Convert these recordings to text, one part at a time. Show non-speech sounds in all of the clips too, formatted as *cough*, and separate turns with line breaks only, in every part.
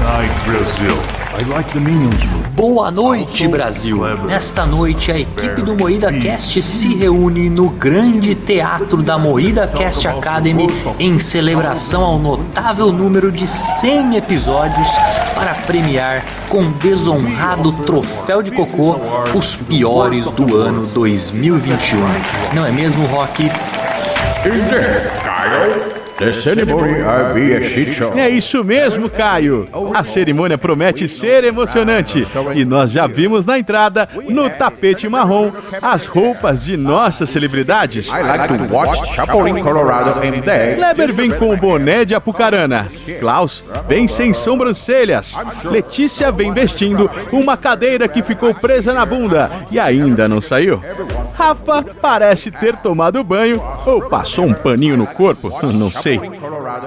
night, Brazil. I like the Minions movie.
Boa noite, Brasil! Nesta noite, a equipe do Moída Cast se reúne no grande teatro da Moída Cast Academy em celebração ao notável número de 100 episódios para premiar com desonrado troféu de cocô os piores do ano 2021. Não é mesmo, Rock?
In there, Kyle. The ceremony will be a shit show.
É isso mesmo, Caio. A cerimônia promete ser emocionante. E nós já vimos na entrada, no tapete marrom, as roupas de nossas celebridades.
I like to watch Chapolin Colorado and then
Kleber vem com o boné de apucarana. Klaus vem sem sobrancelhas. Letícia vem vestindo uma cadeira que ficou presa na bunda e ainda não saiu. Rafa parece ter tomado banho ou passou um paninho no corpo, *laughs* não sei.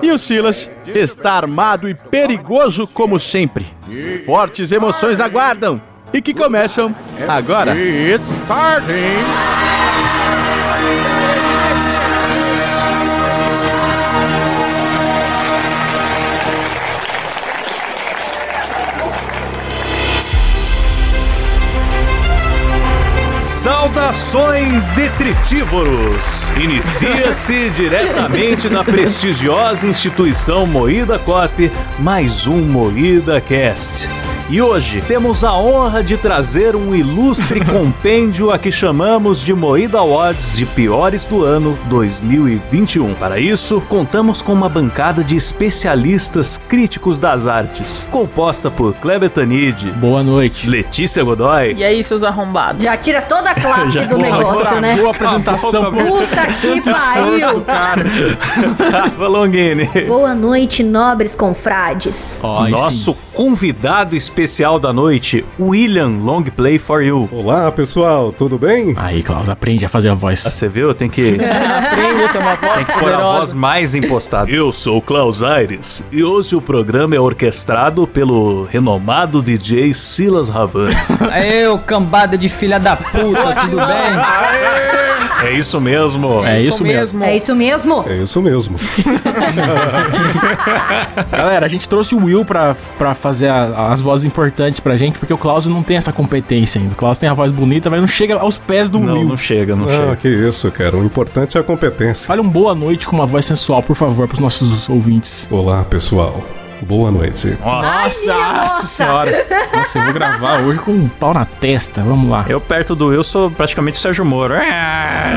E o Silas está armado e perigoso como sempre. Fortes emoções aguardam e que começam agora.
it's starting.
Saudações detritívoros!
*laughs*
Inicia-se diretamente na prestigiosa instituição Moída Cop, mais um Moída Cast. E hoje temos a honra de trazer um
*laughs*
ilustre compêndio a que chamamos de Moída Awards de piores do ano 2021. Para isso, contamos com uma bancada de especialistas críticos das artes, composta por Kleber Tanide,
Boa noite.
Letícia Godoy,
E aí, seus arrombados?
Já tira toda a
*laughs*
classe do negócio, né?
Boa apresentação.
Puta que pariu!
*laughs* Rafa Longini.
Boa noite, nobres confrades.
Ó, e sim.
Nosso convidado especial da noite, William Long Play for You.
Olá pessoal, tudo bem?
Aí, Klaus, aprende a fazer a
Ah,
voz.
Você viu?
*laughs*
Tem que,
É,
Aprenda a tomar
tem
posse
que pôr a voz
poderosa.
mais impostada. Eu sou o Klaus Aires e hoje o programa é orquestrado pelo renomado DJ Silas Ravani.
Eu, cambada de filha da puta, tudo bem?
*laughs* É isso mesmo.
É isso mesmo.
É isso mesmo?
É isso mesmo.
Galera, a gente trouxe o Will pra, pra fazer a- as vozes importantes pra gente, porque o Klaus não tem essa competência ainda. O Klaus tem a voz bonita, mas não chega aos pés do
Não,
Will.
não chega, não
Ah,
chega.
que isso, cara. O importante é a competência.
Fale um boa noite com uma voz sensual, por favor, pros nossos ouvintes.
Olá pessoal, boa noite.
Nossa.
Nossa, nossa senhora. Nossa, eu vou gravar hoje com um pau na testa. Vamos lá.
Eu perto do Will sou praticamente Sérgio Moro. É.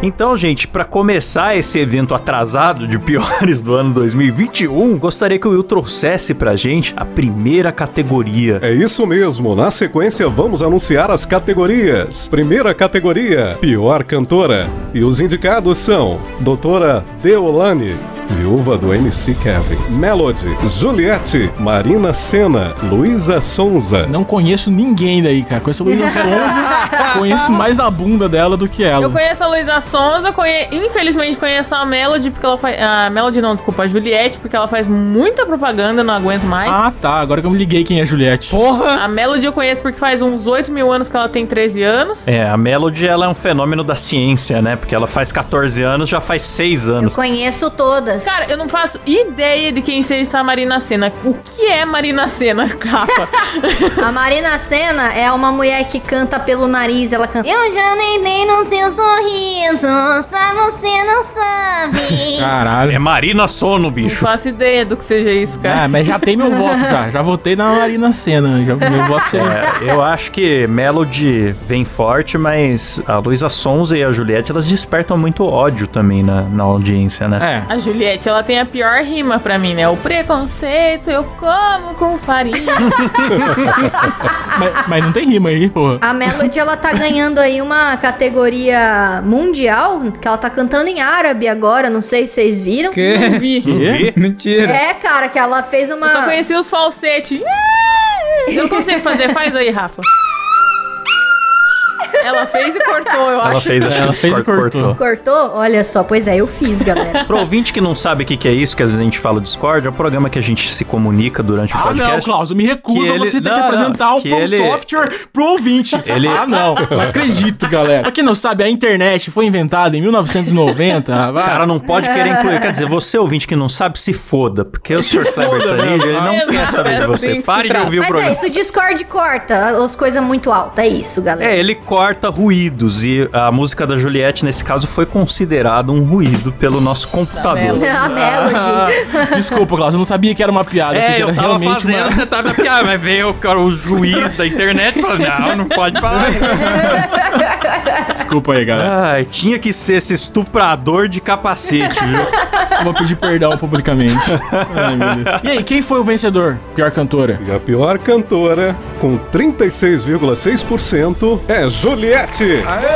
Então, gente, pra começar esse evento atrasado de piores do ano 2021, gostaria que o Will trouxesse pra gente a primeira categoria.
É isso mesmo. Na sequência vamos anunciar as categorias. Primeira categoria, pior cantora. E os indicados são Doutora Deolane. Viúva do MC Kevin, Melody, Juliette, Marina Senna, Luísa Sonza,
Não conheço ninguém daí, cara. Conheço a *laughs* Luísa Souza, conheço mais a bunda dela do que ela.
Eu conheço a Luísa Sonza, conhe... infelizmente conheço a Melody, porque ela faz. A Melody não, desculpa, a Juliette, porque ela faz muita propaganda, eu não aguento mais.
Ah, tá. Agora que eu me liguei quem é a Juliette.
Ah.
A Melody eu conheço porque faz uns 8 mil anos que ela tem 13 anos.
É, a Melody ela é um fenômeno da ciência, né? Porque ela faz 14 anos, já faz 6
Eu
anos.
conheço todas.
Cara, eu não faço ideia de quem seja a Marina Senna. O que é Marina Senna, *laughs* capa?
A Marina Senna é uma mulher que canta pelo nariz. Ela canta. Eu já nem no seu sorriso, só você não
*laughs*
sabe.
Caralho.
É Marina Sono,
não
bicho.
faço ideia do que seja isso, cara.
Ah, mas já tem *laughs* meu voto já. Já votei na Marina Senna. Já, *laughs* meu voto será.
É, eu acho que Melody vem forte, mas a Luísa Sonza e a Juliette, elas despertam muito ódio também na, na audiência, né?
É.
A Juliette, ela tem a pior rima pra mim, né? O preconceito eu como com farinha.
Mas, mas não tem rima aí, porra.
A Melody, ela tá ganhando aí uma categoria mundial, que ela tá cantando em árabe agora, não sei se vocês viram.
*laughs*
Que?
Vi.
Vê?
Mentira.
É, cara, que ela fez uma.
Eu só conheci os falsetes. Eu não consigo fazer, faz aí, Rafa. Ela fez e cortou, eu
Ela
acho.
fez, acho
Ela
que
fez
fez
e cortou.
cortou.
*laughs* Cortou? Olha só, pois é, eu fiz, galera.
Pro ouvinte que não sabe o que, que é isso, que às vezes a gente fala Discord, é o programa que a gente se comunica durante o
Ah, não,
podcast.
Klaus, eu me recuso
Que
a você
ele-
ter
não,
que
não,
apresentar o
que
Pão
ele-
Software pro ouvinte.
Ele-
Ah, *laughs* não. Não acredito, galera. Pra quem não sabe, a internet foi inventada em *laughs* 1990.
O
vai.
cara não pode querer incluir. Quer dizer, você ouvinte que não sabe, se foda. Porque o Sr. Kleber
foda, né?
Tanid, ele não
Exato,
quer saber
é
de
assim
você.
que se
Pare de
trata.
um
ouvir o
Mas é
programa.
isso, o Discord corta as coisas muito altas, é isso, galera.
É, ele corta ruídos e a música da Juliette, nesse caso, foi considerada um ruído pelo nosso
Tá
computador.
*laughs* A Melody.
Desculpa, Klaus, eu não sabia que era uma piada. achei que
É, eu
era
tava
realmente
fazendo,
uma-
você tava piada, mas veio o, cara, o juiz da internet e falou, não, não pode
*laughs*
falar.
Desculpa aí, galera.
Ai, tinha que ser esse estuprador de capacete,
*laughs*
viu?
Eu vou pedir perdão *laughs* publicamente. Ai, meu Deus. E aí, quem foi o vencedor? Pior cantora.
E a pior cantora, com 36,6%, é Juliette.
Eita,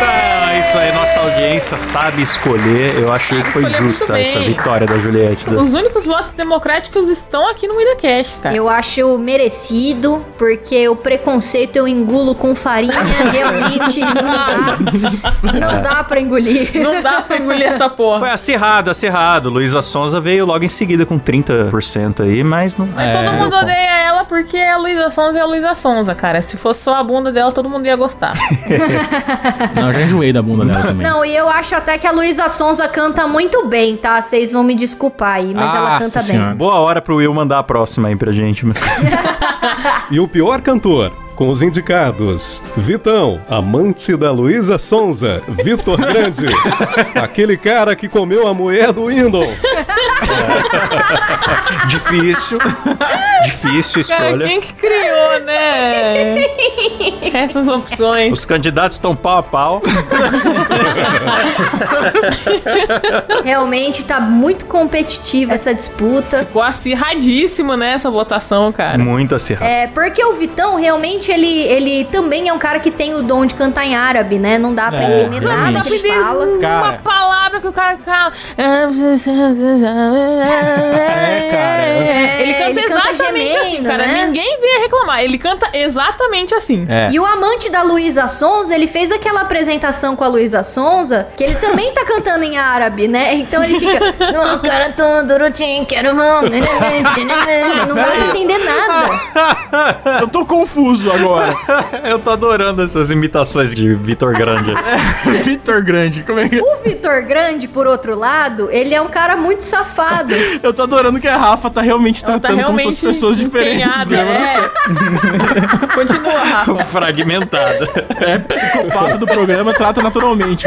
Ah, isso aí, nossa audiência sabe escolher, eu achei que foi
Escolheu muito
justa
bem. Uhum.
essa vitória da Juliette. né?
Os únicos votos democráticos estão aqui no Midacast, cara.
Eu acho merecido, porque o preconceito eu engulo com farinha, realmente não dá. Não dá pra engolir.
Não dá pra engolir essa
Foi
porra.
acirrado, acirrado. Luísa Sonza veio logo em seguida com 30% aí, mas não... É,
Mas todo mundo odeia ela porque a Luísa Sonza é a Luísa Sonza, cara. Se fosse só a bunda dela, todo mundo ia gostar.
Não, eu já enjoei da bunda dela também.
Não, e eu acho até que a Luísa Sonza canta muito bem, tá? Vocês vão me desculpar aí, mas ela
Nossa
canta
Ah, Senhora.
Boa hora pro Will mandar a próxima aí pra gente.
E o pior cantor, com os indicados: Vitão, amante da Luísa Sonza, Vitor
*laughs*
Grande, aquele cara que comeu a mulher do Windows.
*laughs*
*laughs*
Difícil. Difícil
Cara,
escolha.
quem que criou, né? Essas opções.
Os candidatos estão pau a pau.
bem. Realmente tá muito competitiva essa disputa.
Ficou acirradíssimo, né, essa votação,
Hum.
cara.
Muito acirrado.
É, porque o Vitão realmente ele, ele também é um cara que tem o dom de cantar em árabe, né? Não dá pra
É,
entender
Não
nada
dá pra
que ele
entender
fala.
uma
Cara.
palavra que o cara fala.
É, cara.
Ele
É,
canta
ele canta
exatamente assim,
gemendo,
cara.
né?
Ninguém vem reclamar. Ele canta exatamente assim.
É.
E o amante da Luísa Sonza, ele fez aquela apresentação com a Luísa Sonza, que ele também tá cantando em árabe, né? Então ele fica. "No, cara, tô durutim, quero mão, né, né, né, né, né." Não dá pra entender nada.
Eu tô confuso agora.
Eu tô adorando essas imitações de Vitor Grande.
Vitor Grande, como é que.
O Vitor Grande, por outro lado, ele é um cara muito safado.
Eu tô adorando que a Rafa tá realmente
Ela
tratando como se fossem pessoas diferentes.
empenhada,
Né?
é. *laughs* Continua, Rafa.
Fragmentada.
É psicopata do programa, trata naturalmente.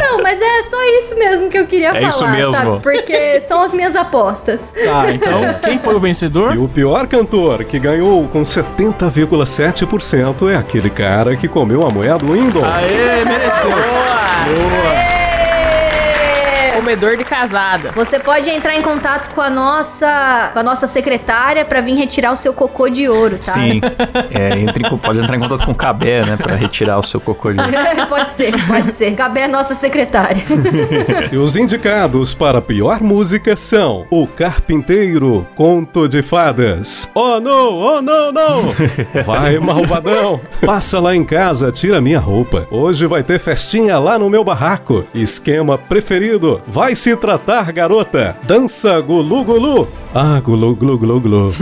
Não, mas é só isso mesmo que eu queria
É
falar,
isso mesmo.
sabe? Porque são as minhas apostas.
Tá, então, quem foi o
E
vencedor?
o pior cantor, que ganhou com 70,7%, é aquele cara que comeu a mulher do Windows.
Aê, mereceu.
Tá
Comedor de casada.
Você pode entrar em contato com a nossa, com a nossa secretária pra vir retirar o seu cocô de ouro, tá?
Sim. É, entre em co- pode entrar em contato com o Cabé, né? Pra retirar o seu cocô
é, né?
de...
pode ser, pode ser. Gabi é nossa secretária.
E os indicados para a pior música são O Carpinteiro, Conto de Fadas. Oh não, oh não, não! Vai, malvadão! Passa lá em casa, tira minha roupa. Hoje vai ter festinha lá no meu barraco. Esquema preferido. Vai se tratar, garota. Dança gulu gulu. Ah, gulu gulu gulu gulu.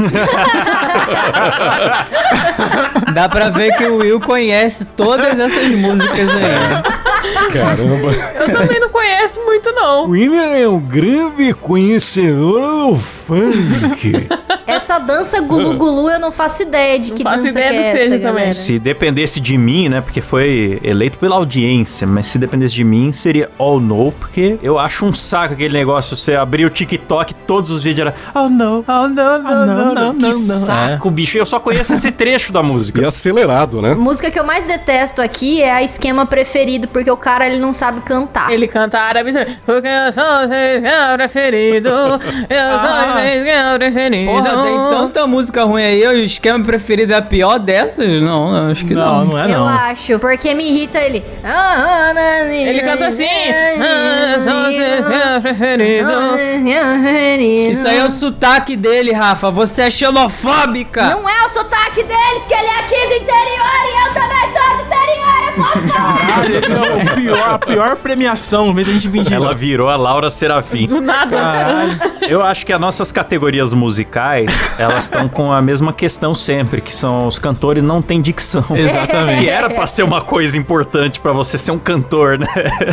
Dá pra ver que o Will conhece todas
*laughs*
essas músicas aí.
Caramba.
Eu também não conheço muito, não.
William é um grande conhecedor do funk.
*laughs* Essa dança gulu-gulu eu não faço ideia de
Não
que
faço
dança
ideia
que
do que
é
seja
essa, galera.
Se dependesse de mim, né? Porque foi eleito pela audiência, mas se dependesse de mim, seria all no, porque eu acho um saco aquele negócio, você abrir o TikTok, todos os vídeos era oh no, oh no, no,
Ah, não,
no,
não,
no,
não,
que
não.
saco, bicho. Eu só conheço esse trecho da
E
música.
acelerado, né?
Música que eu mais detesto aqui é a esquema preferido, porque eu o cara ele não sabe cantar.
Ele canta árabe também. Porque eu sou seu meu preferido. Eu sou
Ah.
seu meu preferido.
Porra, Então, tem
então
tanta música ruim aí, o esquema preferido é a pior dessas? Não, eu acho que não.
Não, não é
Eu
não.
acho, porque me irrita ele.
Ele
Ele
canta assim. "Ah, eu sou seu meu preferido.
Isso aí é o sotaque dele, Rafa. Você é xenofóbica!
Não é o sotaque dele, porque ele é aqui do interior e eu também sou do interior, eu posso falar.
*laughs*
Caralho, esse é o pior, a pior premiação, em vez da gente fingir.
Ela virou a Laura Serafim.
Do nada.
Caralho.
Eu acho que as nossas categorias musicais, elas estão com a mesma questão sempre, que são os cantores não têm
*laughs*
dicção. Que
Exatamente.
era pra ser uma coisa importante pra você ser um cantor, né?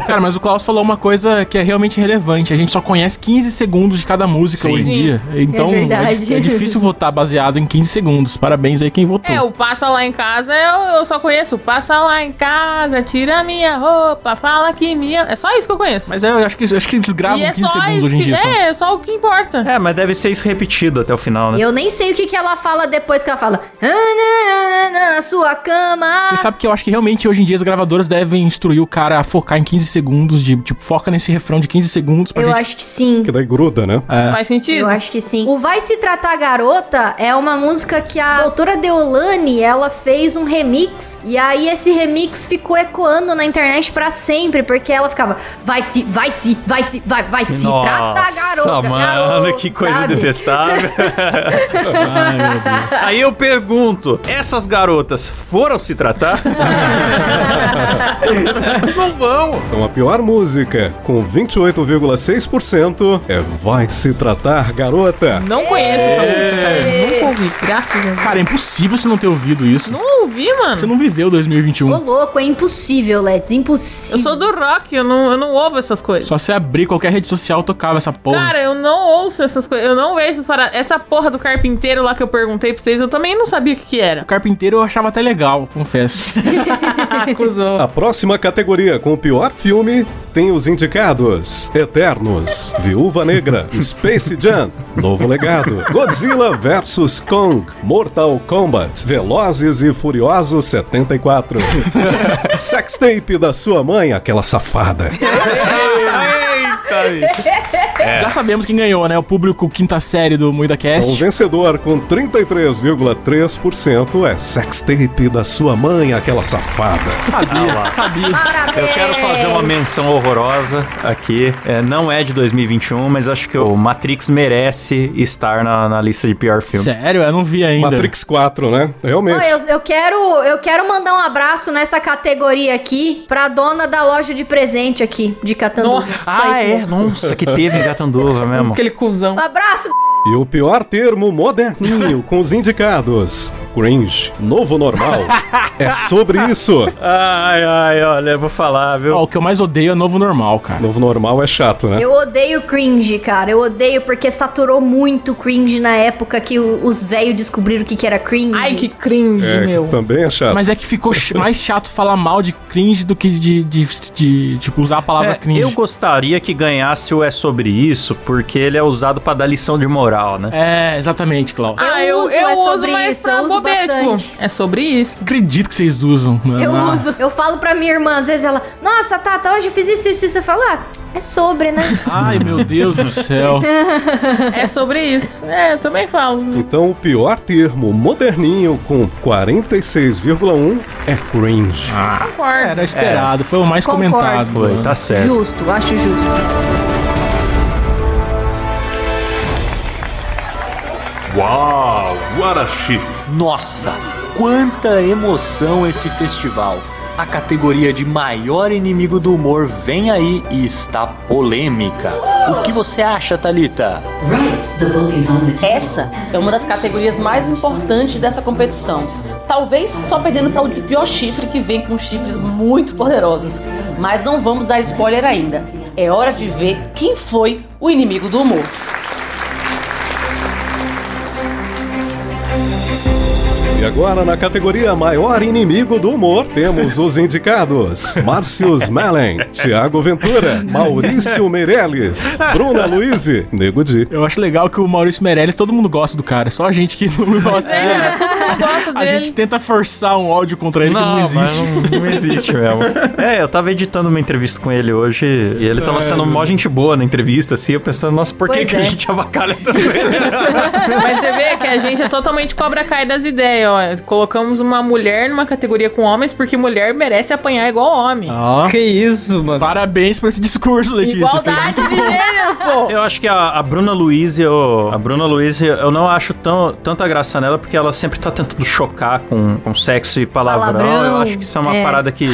Cara, mas o Klaus falou uma coisa que é realmente relevante. A gente só conhece 15 segundos de cada música
Sim.
hoje em
Sim.
dia. Então
É
é,
verdade.
di- é difícil votar baseado em 15 segundos. Parabéns aí quem votou.
É, o passa lá em casa eu, eu só conheço. Passa lá em casa, tira minha roupa, fala que minha. É só isso que eu conheço.
Mas é, eu acho que, eu acho que eles
tá,
gravam
e é
15
só
segundos
isso
hoje em
que.
dia. só.
É, é só o que importa.
É, mas deve ser isso repetido até o final, né?
Eu nem sei o que, que ela fala depois que ela fala. "Ah, na, na, na, na, Na sua cama.
Você sabe que eu acho que realmente hoje em dia as gravadoras devem instruir o cara a focar em 15 segundos, de tipo, foca nesse refrão de 15 segundos pra
Eu
gente.
acho que sim.
Que daí gruda, né?
É.
Faz sentido?
Eu acho que sim. O Vai Se Tratar Garota é uma música que a doutora Deolane, ela fez um remix. E aí esse remix ficou ecoando na internet pra sempre, porque ela ficava Vai se, vai se, vai se, vai, vai se tratar garota.
mano,
garota",
que coisa assim.
sabe?
detestável.
*laughs*
*laughs*
Aí eu pergunto, essas garotas foram se tratar?
*laughs*
Não vão.
Então a pior música, com 28,6%, é Vai Se Tratar Garota.
Não conheço
É.
essa música, cara. Nunca ouvi, graças a Deus.
Cara, é impossível você não ter ouvido isso.
Não ouvi,
Você
mano.
não viveu 2021.
Ô louco, é impossível, Let's, impossível.
Eu sou do rock, eu não, eu não ouvo essas coisas.
Só você abrir qualquer rede social tocava essa porra.
Cara, eu não ouço essas coisas. Eu não vejo essas paradas. Essa porra do carpinteiro lá que eu perguntei pra vocês, eu também não sabia o que, que era.
*laughs*
O carpinteiro eu achava até legal, confesso.
Acusou.
A próxima categoria com o pior filme tem os indicados: Eternos, Viúva Negra, Space Jam, Novo Legado, Godzilla vs Kong, Mortal Kombat, Velozes e Furiosos 74, Sextape da sua mãe, aquela safada.
Eita, bicho.
Já sabemos quem ganhou, né? O público quinta série do Moída
O
Cast.
Um vencedor com 33,3% é Sextape da sua mãe, aquela safada.
sabia, sabia.
Eu
Parabéns.
quero fazer uma menção horrorosa aqui. É, não é de 2021, mas acho que o Matrix merece estar na, na lista de pior filme.
Sério, eu não vi ainda.
Matrix 4, né? Realmente.
Ó, eu, eu quero, eu quero mandar um abraço nessa categoria aqui pra dona da loja de presente aqui, de Catanduva.
Nossa.
Só isso
Ah, é?
mesmo.
Nossa, que teve em Gatanduva mesmo.
Aquele cuzão.
Um abraço,
E o pior termo moderninho com os indicados: cringe, novo normal. é sobre isso.
Ai, ai, olha, eu vou falar, viu?
Ó, o que eu mais odeio é novo normal, cara.
Novo normal é chato, né?
Eu odeio cringe, cara. Eu odeio porque saturou muito cringe na época que o- os velhos descobriram o que, que era cringe.
Ai, que cringe,
É,
meu.
Também é chato.
Mas é que ficou ch- mais chato falar mal de cringe do que de, de- de, tipo, usar a palavra
É,
cringe.
eu gostaria que ganhasse o É Sobre Isso, porque ele é usado pra dar lição de moral, né?
É, exatamente, Klaus.
Ah,
Eu uso, é sobre
mas
isso, eu uso bastante.
é sobre isso.
Acredito que vocês usam, mano.
Eu
Ah.
uso. Eu falo pra minha irmã, às vezes ela, nossa, Tata, hoje eu fiz isso, isso, isso. Eu falo, ah, é sobre, né?
Ai, meu Deus do céu.
É sobre
*laughs*
isso. É, eu também falo.
Então o pior termo moderninho com 46,1 é cringe.
É.
Concordo.
Era esperado, foi o mais
Concordo.
comentado.
Foi,
mano.
tá certo.
justo, acho justo.
Wow, what a shit.
Nossa, quanta emoção esse festival! A categoria de maior inimigo do humor vem aí e está polêmica. O que você acha, Thalita?
Essa é uma das categorias mais importantes dessa competição. Talvez só perdendo para o de pior chifre, que vem com chifres muito poderosos. Mas não vamos dar spoiler ainda. É hora de ver quem foi o inimigo do humor.
E agora, na categoria Maior Inimigo do Humor, temos os indicados: Márcio Mellen, Thiago Ventura, Maurício Meirelles, Bruna Luiz, Nego Di.
Eu acho legal que o Maurício Meirelles, todo mundo gosta do cara, só a gente que não gosta
É,
dele.
todo mundo *laughs* gosta
A
dele.
gente tenta forçar um ódio contra ele
Não,
que não existe.
mas não, não existe mesmo. *laughs* É, eu tava editando uma entrevista com ele hoje e ele tava
É,
sendo
meu.
mó gente boa na entrevista, assim, eu pensando, nossa, por que,
Pois
que
é.
a gente abacalha tanto?
tá- *laughs* Mas você vê que a gente é totalmente cobra cai das ideias, ó. Colocamos uma mulher numa categoria com homens porque mulher merece apanhar igual homem.
Ah,
Que isso, mano. Parabéns por esse discurso, Letícia.
Igualdade de gênero, *laughs* pô.
Eu acho que a, a Bruna Luiz, eu, a Bruna Luiz, eu não acho tão, tanta graça nela, porque ela sempre tá tentando chocar com, com sexo e palavrão. Eu acho que isso é uma parada que.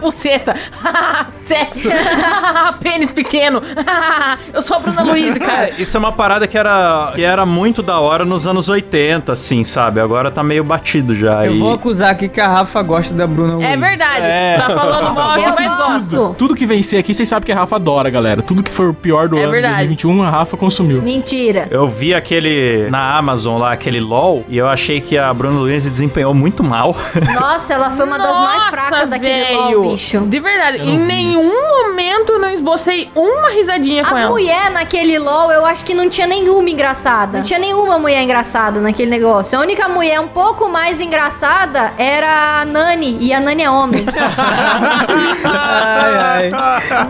Buceta! *laughs* Sexo! *laughs* Pênis pequeno! *laughs* Eu sou a Bruna Luiz, cara!
É, isso é uma parada que era, que era muito da hora nos anos 80, assim, sabe? Agora tá meio batido já.
Eu
e-
vou acusar aqui que a Rafa gosta da Bruna Luiz.
É verdade! Tá falando mal que eu mais gosto!
Tudo que vencer aqui, vocês sabem que a Rafa adora, galera. Tudo que for o pior do
É
ano de
verdade.
2021, a Rafa consumiu.
Mentira.
Eu vi aquele na Amazon lá, aquele LOL, e eu achei que a Bruna Luiz desempenhou muito mal.
Nossa, ela foi uma das mais
Nossa,
fracas daquele
velho.
LOL, bicho.
De verdade,
Eu não
em
vi
nenhum momento eu não esbocei uma risadinha com
As
ela.
mulheres naquele LOL, eu acho que não tinha nenhuma engraçada. Não tinha nenhuma mulher engraçada naquele negócio. A única mulher um pouco mais engraçada era a Nani. E a Nani é *laughs* homem.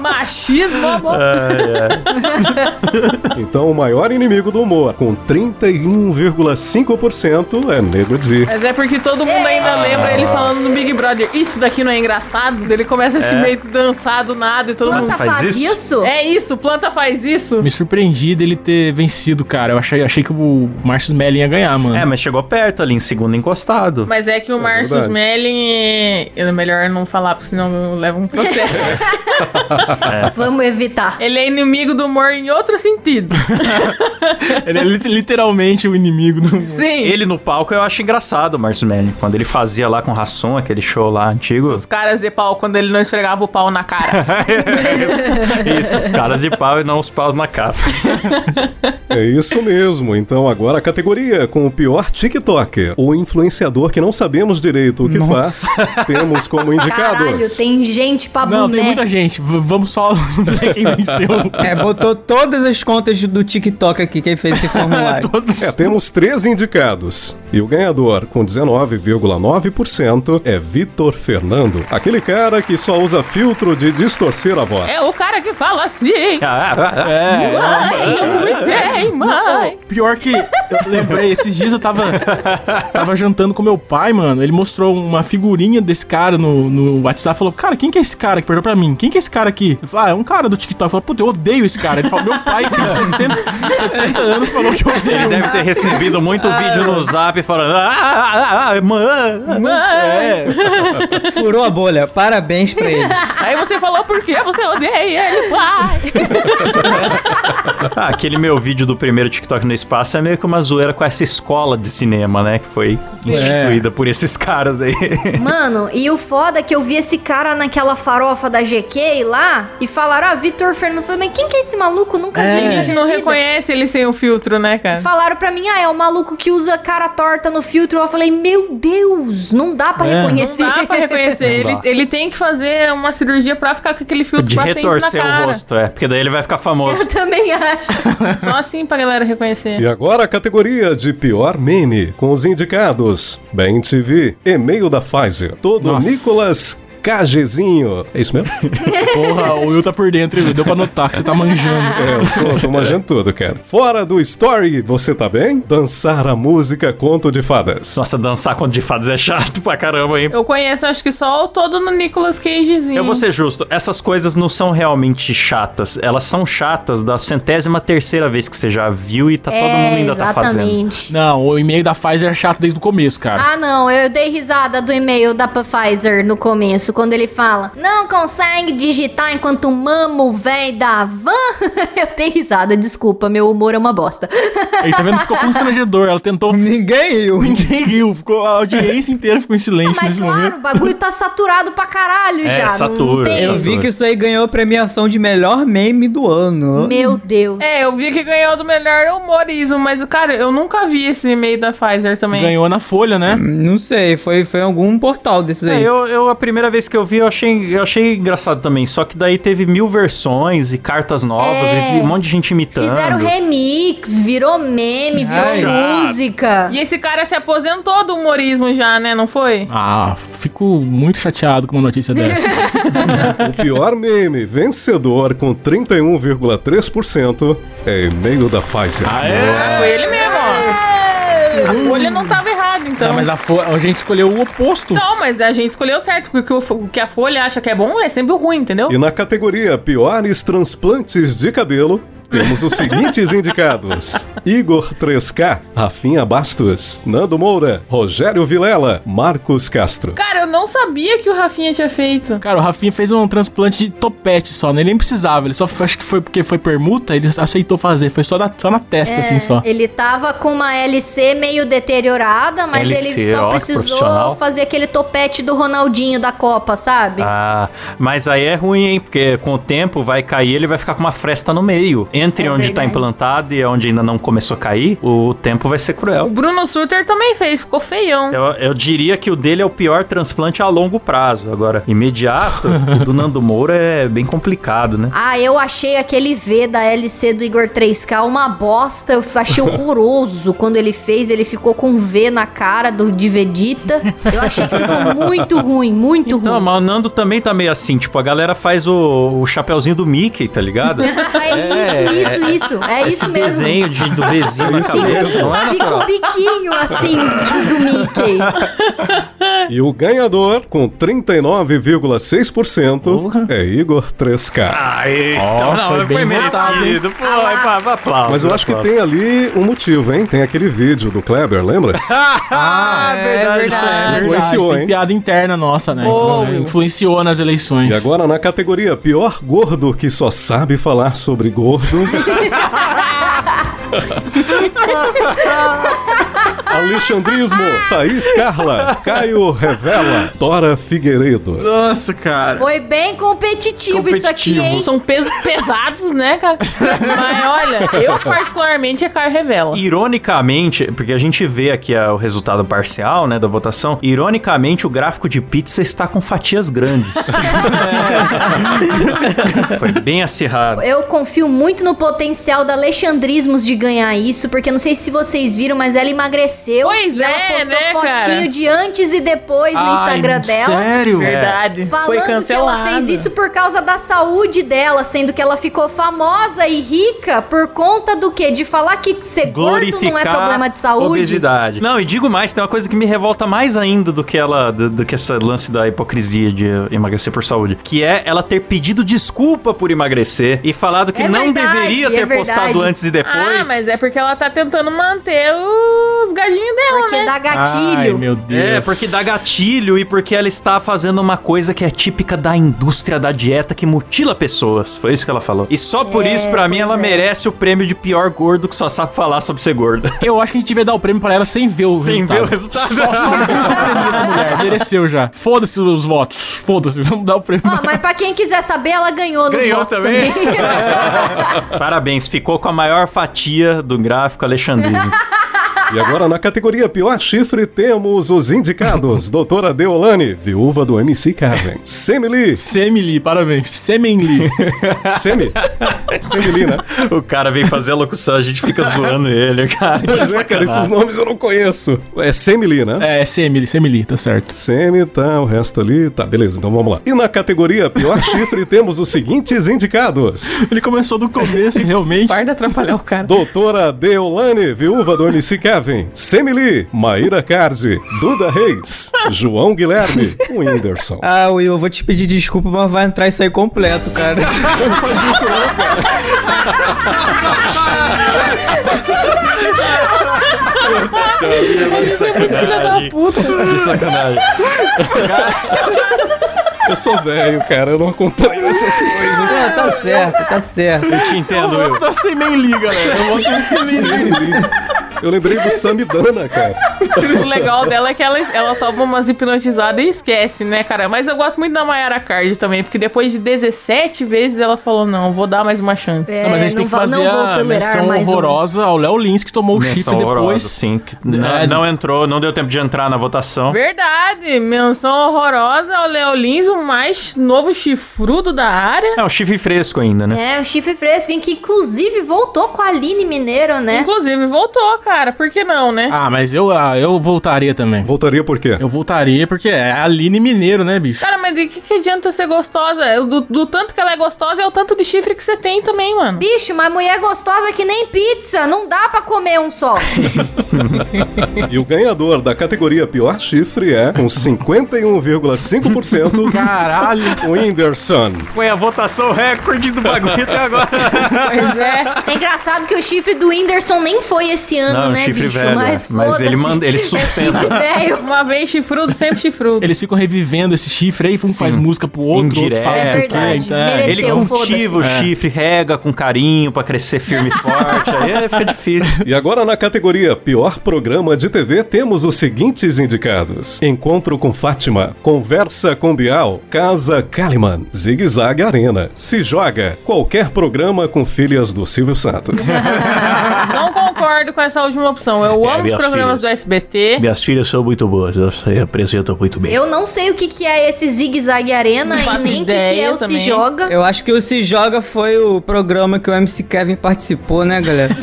Machismo, amor.
É.
Então, o maior inimigo do humor, com 31,5%, é Nego Di.
Mas é porque todo mundo ainda
Ah.
lembra ele falando no Big Brother, isso daqui não é engraçado? Ele começa acho que
É.
meio dançado, nada, e todo
Planta
tá
mundo...
faz Faz isso?
É isso, planta faz isso.
Me surpreendi dele ter vencido, cara. Eu achei, achei que o Marcos Melling ia ganhar, mano.
É, mas chegou perto ali, em segundo encostado.
Mas é que o Márcio
verdade.
Smelling. É é melhor não falar, porque senão leva um processo.
Vamos
*laughs*
evitar.
Ele é inimigo do humor em outro sentido.
Ele é lit- literalmente o inimigo do.
Sim.
Ele no palco eu acho engraçado, o Márcio Melling. Quando ele fazia lá com o Rassum, aquele show lá
*laughs*
antigo.
Os caras de pau, quando ele não esfregava o pau na cara.
Isso, os caras de pau e não os paus na
*laughs*
cara.
É isso mesmo. Então, agora a categoria com o pior TikToker, o influenciador que não sabemos direito o que faz.
Nossa.
Temos como indicados.
Caralho, tem gente pra
Não,
boné.
tem muita gente. V- vamos só *laughs* ver quem venceu.
É, botou todas as contas do TikTok aqui, quem fez esse formulário.
É, temos três indicados. E o ganhador, com 19,9%, é Vitor Fernando, aquele cara que só usa filtro de distorcer a voz.
É o cara que fala assim.
Ah,
É.
Mãe, eu vomitei, mãe.
Pior que eu lembrei, esses dias eu tava, tava jantando com meu pai, mano. Ele mostrou uma figurinha desse cara no, no WhatsApp. Falou, cara, quem que é esse cara que perguntou pra mim? Quem que é esse cara aqui? Eu falei, ah, é um cara do TikTok. Eu falei, puta, eu odeio esse cara. Ele falou, meu pai
*laughs*
tem 60, 70 anos falou que eu odeio.
Ele deve ter recebido
*laughs*
muito
Ah.
vídeo no zap falando. "Ah, ah, ah, ah, mãe."
É. Furou a bolha. Parabéns pra ele.
Aí você falou por quê? Você odeia ele, pai.
Ah, aquele meu vídeo do primeiro TikTok no espaço é meio que uma zoeira com essa escola de cinema, né? Que foi instituída por esses caras aí.
Mano, e o foda é que eu vi esse cara naquela farofa da GK lá e falaram, ah, Vitor Fernando. Eu falei, mas quem que é esse maluco? Nunca vi ele na
*laughs* A gente não
vida."
reconhece ele sem o filtro, né, cara?
Falaram pra mim, ah, é o maluco que usa cara torta no filtro. Eu falei, meu Deus, não dá pra reconhecer.
Não dá pra reconhecer.
Não
ele,
dá.
ele tem que fazer uma cirurgia pra ficar com aquele filtro
tipo,
De
pra sempre na
retorcer o
cara.
rosto, né? é. Porque daí ele vai ficar famoso.
*laughs* Eu também acho.
*laughs*
Só assim pra galera reconhecer.
E agora a categoria de pior meme, com os indicados: Ben TV, e-mail da Pfizer, todo
Nossa.
Nicolas Cagezinho. É isso mesmo?
Porra, o Will tá por dentro, Will. Deu pra notar que você tá manjando.
É, eu tô, tô manjando tudo, cara. Fora do story, você tá bem? Dançar a música Conto de Fadas.
Nossa, dançar Conto de Fadas é chato pra caramba, hein?
Eu conheço, acho que só o todo no Nicolas Cagezinho.
Eu vou ser justo, essas coisas não são realmente chatas. Elas são chatas da centésima terceira vez que você já viu e tá todo
É,
mundo ainda tá fazendo.
exatamente.
Não, o e-mail da Pfizer é chato desde o começo, cara.
Ah, não, eu dei risada do e-mail da Pfizer no começo. isso quando ele fala: Não consegue digitar enquanto mama o véi da van? *laughs* eu tenho risada, desculpa, meu humor é uma bosta. *laughs*
Aí tá vendo? Ficou constrangedor. Ela tentou. Ninguém riu. Ninguém riu. Ficou, a audiência inteira ficou em silêncio
Mas
nesse
claro,
momento.
o bagulho tá saturado pra
É,
caralho já. não tem-
Eu vi que isso aí ganhou premiação de melhor meme do ano.
Meu Deus.
É, eu vi que ganhou do melhor humorismo, mas, cara, eu nunca vi esse e-mail da Pfizer também.
na Folha, né? Não sei, foi, foi em algum portal
tá.
desses
É,
aí.
eu, eu, a primeira vez que eu vi, eu achei, eu achei engraçado também. Só que daí teve mil versões e cartas novas
É.
e um monte de gente imitando.
Fizeram remix, virou meme, virou
Ai.
música.
E esse cara se aposentou do humorismo já, né? Não foi?
Ah, fico muito chateado com uma
*laughs*
notícia dessa.
O pior meme vencedor com 31,3% é e-mail da Pfizer.
Ah, foi ele mesmo,
É!
ó. A folha não tava errada, então.
Não, mas a, fo- a gente escolheu o oposto.
Não, Então, mas a gente escolheu certo, porque o que o- o que a folha acha que é bom é sempre o ruim, entendeu?
E na categoria Piores Transplantes de Cabelo, temos os seguintes indicados: Igor 3K, Rafinha Bastos, Nando Moura, Rogério Vilela, Marcos Castro.
Cara, eu não sabia que o Rafinha tinha feito.
Cara, o Rafinha fez um transplante de topete só, né? Ele nem precisava, ele só acho que foi porque foi permuta, ele aceitou fazer, foi só na, só na testa,
Tipo
É,
assim, só.
Ele tava com uma LC meio deteriorada, mas ele
LC,
só
ó, que
precisou
profissional.
fazer aquele topete do Ronaldinho da Copa, sabe?
Ah, mas aí é ruim, hein? Porque com o tempo vai cair, ele vai ficar com uma fresta no meio. Entre
É
onde tá
verdade.
implantado e onde ainda não começou a cair, o tempo vai ser
O
cruel.
Bruno Suter também fez, ficou feião.
Eu, eu diria que o dele é o pior transplante a longo prazo. Agora, imediato, o do Nando Moura é bem complicado, né?
Ah, eu achei aquele V da LC do Igor 3K uma bosta. Eu
*laughs*
achei horroroso quando ele fez. Ele ficou com um V na cara do, de Vegeta. Eu achei que ficou muito ruim, muito
Então,
ruim.
mas o Nando também tá meio assim, tipo, a galera faz o, o chapeuzinho do Mickey, tá ligado?
É isso, isso, isso. É
Esse
isso mesmo.
desenho de, do Vzinho na
Isso
cabeça,
mesmo.
não é
Fica um
natural.
biquinho assim do Mickey.
E o ganhador, com 39,6%, é Igor 3K.
Aí,
então,
não, foi bem merecido. Foi, pá, pá, pá,
Mas eu acho que
pá.
tem ali um motivo, hein? Tem aquele vídeo do Kleber, lembra?
Ah,
é verdade, verdade.
Influenciou,
Tem
hein?
piada interna nossa, né? Então, né, influenciou nas eleições.
E agora na categoria pior gordo que só sabe falar sobre gordo. Alexandrismo, Thaís Carla, Caio Revela, Dora Figueiredo.
Nossa, cara.
Foi bem competitivo isso aqui, hein?
São pesos pesados, né, cara? Mas olha, eu particularmente é Caio Revela.
Ironicamente, porque a gente vê aqui ah, o resultado parcial, né, da votação, ironicamente o gráfico de pizza está com fatias
*laughs*
grandes. Foi bem acirrado.
Eu confio muito no potencial da Alexandrismos de ganhar isso, porque eu não sei se vocês viram, mas ela emagreceu. Pois e ela
é,
postou
né,
fotinho
cara?
de antes e depois no
Ai,
Instagram dela.
sério? Verdade.
Falando
Foi
que ela
cancelada.
fez isso por causa da saúde dela, sendo que ela ficou famosa e rica por conta do quê? De falar que ser gordo não é problema de saúde.
obesidade. Não, e digo mais, tem uma coisa que me revolta mais ainda do que ela, do, do que esse lance da hipocrisia de emagrecer por saúde, que é ela ter pedido desculpa por emagrecer e falado que
É
não
verdade,
deveria ter
é verdade.
postado antes e depois.
Ah, mas é porque ela tá tentando manter os gadinhos dela, porque né? Porque dá
gatilho.
meu Deus.
É, porque dá gatilho e porque ela está fazendo uma coisa que é típica da indústria da dieta que mutila pessoas. Foi isso que ela falou. E só por
É,
isso, pra mim,
pois
ela
é.
merece o prêmio de pior gordo que só sabe falar sobre ser gordo.
Eu acho que a gente devia dar o prêmio pra ela sem ver o
Sem
resultado.
ver o resultado.
Só, só, só prender essa mulher. Mereceu já. Foda-se os votos. Foda-se. Vamos dar o prêmio.
Ah.
Ó, mas pra quem quiser saber, ela ganhou nos
Ganhou
votos
também.
também. *laughs*
Parabéns, ficou com a maior fatia do gráfico alexandrino.
E agora na categoria pior chifre temos os indicados. Doutora Deolane, viúva do MC Carmen. Semili.
Semili, parabéns. Semenli.
Semi. Semili, né?
*laughs* o cara vem fazer a locução, a gente fica zoando ele, cara.
Pois é, cara, esses nomes eu não conheço. É Semili, né?
É, Semili, Semili, tá certo. *laughs*
Semi, tá, o resto ali, tá, beleza, então vamos lá. E na categoria pior chifre temos os seguintes indicados.
Ele começou do
*laughs*
começo, realmente.
Guarda atrapalhar o cara.
Doutora Deolane, viúva do MC Kevin. Semili, Maíra Cardi, Duda Reis, João Guilherme, Whindersson.
Ah, Will, eu vou te pedir desculpa, mas vai entrar isso aí completo,
*laughs*
cara.
é
Que sacanagem. Que sacanagem.
eu sou velho, cara. Eu não acompanho essas coisas.
É, tá certo, tá certo.
Eu te *laughs* entendo,
eu. Tá sem nem liga, né? Eu vou
sem nem liga. Eu lembrei do Samidana, cara.
*laughs* O legal dela é que ela, ela toma umas hipnotizadas e esquece, né, cara? Mas eu gosto muito da Mayara Card também, porque depois de 17 vezes ela falou: não, vou dar mais uma chance.
Não, Ah, mas a
É,
gente tem que fazer a menção
um.
horrorosa ao Léo Lins, que tomou o
Menção
chifre
horrorosa,
depois.
sim. que não, é. não entrou, não deu tempo de entrar na votação.
Verdade, menção horrorosa ao Leolins, o mais novo chifrudo da área.
É um chifre fresco ainda, né?
É, o chifre fresco, em que inclusive voltou com a Aline Mineiro, né?
Inclusive voltou, cara. Por que não, né?
Ah, mas eu, ah, eu voltaria também.
Voltaria por quê?
Eu voltaria porque é a Aline Mineiro, né, bicho?
Cara, mas de que, que adianta ser gostosa? Do, do tanto que ela é gostosa, é o tanto de chifre que você tem também,
*laughs*
mano.
Bicho, mas mulher gostosa que nem pizza, não dá pra comer
*laughs*
um só.
E o ganhador da categoria pior chifre é, com 51,5%,
Caralho.
o Whindersson.
É.
Foi a votação recorde do bagulho até agora.
*laughs*
Pois é.
É engraçado que o chifre do Whindersson nem foi esse ano,
Não,
né,
chifre
bicho?
velho,
mas
é. Mas
foda-se.
ele manda- ele
*laughs* É
sustenta.
chifre velho.
Uma vez chifrudo, sempre chifrudo.
Eles ficam revivendo esse chifre aí, um faz música pro outro, outro
Indireto.
faz
É
não sei o quê,
verdade.
então é.
Mereceu,
Ele cultiva o
foda-se.
chifre, rega com carinho pra crescer firme e forte. Aí é, fica difícil.
E agora na categoria Pior Programa de TV temos os seguintes indicados: Encontro com Fátima, Conversa com Bial, Casa Kaliman, Zig Zag Arena, Se Joga, qualquer programa com filhas do Silvio Santos.
Não concordo com essa última opção. Eu
É,
amo os
minhas
programas
filhas.
do SBT.
*laughs* Minhas filhas são muito boas, eu se apresentam muito bem.
Eu não sei o que, que é esse zigue-zague arena
Não
e
faço
nem o que, que é
ideia
o Se
também.
Joga.
Eu acho que o Se Joga foi o programa que o MC Kevin participou, né, galera?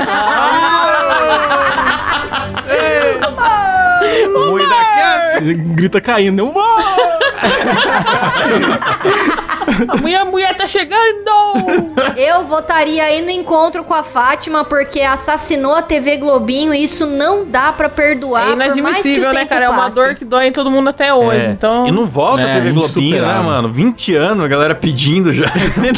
Muito daquela.
Ele grita caindo. Uau!
A mulher, a mulher tá
*laughs*
chegando!
*laughs* Eu votaria aí no encontro com a Fátima, porque assassinou a TV Globinho e isso não dá pra perdoar.
É
Ah, por mais que o
inadmissível, né,
tempo
cara? É uma
passe.
dor que dói em todo mundo até
É.
hoje. Então.
E não volta
É,
a TV Globinho, né,
insuperável.
mano? 20 anos, a galera pedindo já.
*laughs*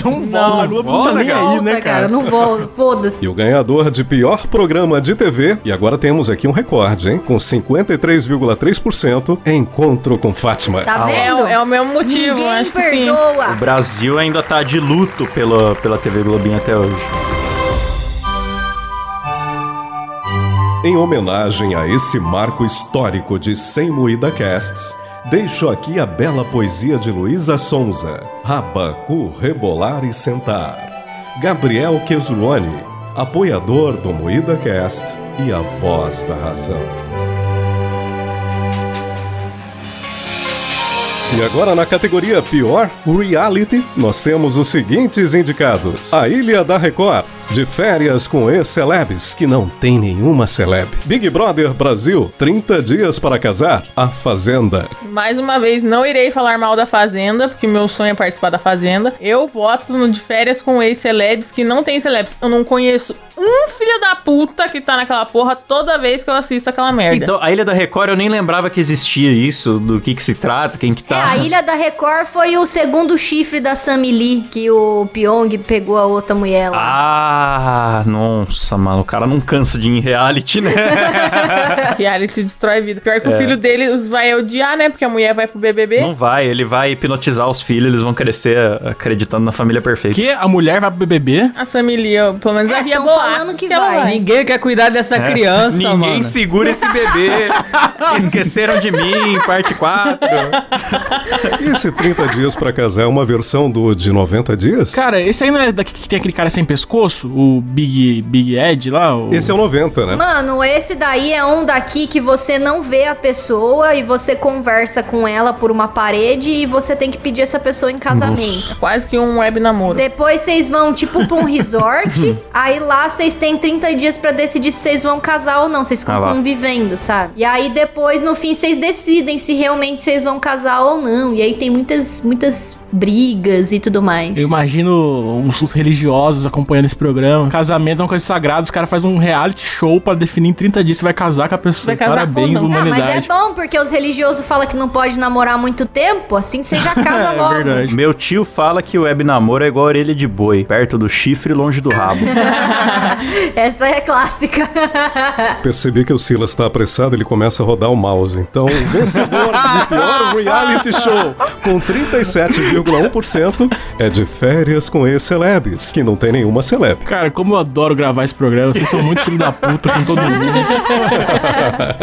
Não volta, a Globo não tá
volta,
nem
cara.
aí, né,
Puta,
cara?
Não vou, foda-se.
E o ganhador de pior programa de TV, e agora temos aqui um recorde, hein? Com 53,3% é Encontro com Fátima.
*laughs*
Tá
É,
vendo?
é o mesmo motivo,
Ninguém
eu acho que sim.
O
perdoa.
Brasil ainda tá de luto pela, pela TV Globinho até hoje.
Em homenagem a esse marco histórico de 100 Moída Casts, deixo aqui a bela poesia de Luísa Sonza, Rabacu Rebolar e Sentar. Gabriel Quezulone, apoiador do Moída Cast e a voz da razão. E agora na categoria pior reality, nós temos os seguintes indicados: A Ilha da Record, de férias com ex-celebs que não tem nenhuma celeb. Big Brother Brasil, 30 dias para casar, A Fazenda.
Mais uma vez, não irei falar mal da Fazenda, porque meu sonho é participar da Fazenda. Eu voto no de férias com ex-celebs que não tem celebs. Eu não conheço um filho da puta que tá naquela porra toda vez que eu assisto aquela merda.
Então, a Ilha da Record, eu nem lembrava que existia isso, do que que se trata, quem que
É,
tá.
a Ilha da Record foi o segundo chifre da Sammy Lee, que o Pyong pegou a outra mulher lá.
Ah, nossa, mano, o cara não cansa de ir em reality, né?
*laughs* Reality destrói a vida. Pior que o filho dele os vai odiar, né? Porque a mulher vai pro BBB.
É. não vai, ele vai hipnotizar os filhos, eles vão crescer acreditando na família perfeita.
Que a mulher vai pro BBB?
A Samilia, pelo menos
É,
havia
tão
boatos
falando que
que ela
vai.
vai.
Ninguém quer cuidar dessa
É.
criança,
Ninguém
mano.
segura esse bebê. Esqueceram de mim, parte 4.
E esse 30 dias para casar é uma versão do de 90 dias?
Cara, esse aí não é daqui que tem aquele cara sem pescoço? O Big, Big Ed lá? O...
Esse é o 90, né?
Mano, esse daí é um daqui que você não vê a pessoa e você conversa com ela por uma parede e você tem que pedir essa pessoa em casamento.
Quase que um web namoro.
Depois vocês vão, tipo, pra um resort. aí lá vocês têm 30 dias pra decidir se vocês vão casar ou não. Vocês ficam
Ah lá.
convivendo, sabe? E aí depois, no fim, vocês decidem se realmente vocês vão casar ou não. E aí tem muitas, muitas brigas e tudo mais.
Eu imagino os religiosos acompanhando esse programa. Casamento é uma coisa sagrada, os caras fazem um reality show pra definir em 30 dias se vai casar com a pessoa.
Vai casar
Parabéns,
ou não. Tá,
Ah, mas é
humanidade.
bom, porque os religiosos falam que não pode namorar muito tempo, assim você já casa logo.
Meu tio fala que o web namoro é igual a orelha de boi, perto do chifre, longe do rabo.
*laughs* Essa é clássica.
Percebi que o Silas tá apressado, ele começa a rodar o mouse. Então, o vencedor do pior reality show, com 37,1%, é de férias com ex-celebs, que não tem nenhuma celeb.
Cara, como eu adoro gravar esse programa, vocês são muito filho da puta com todo
*laughs*
mundo.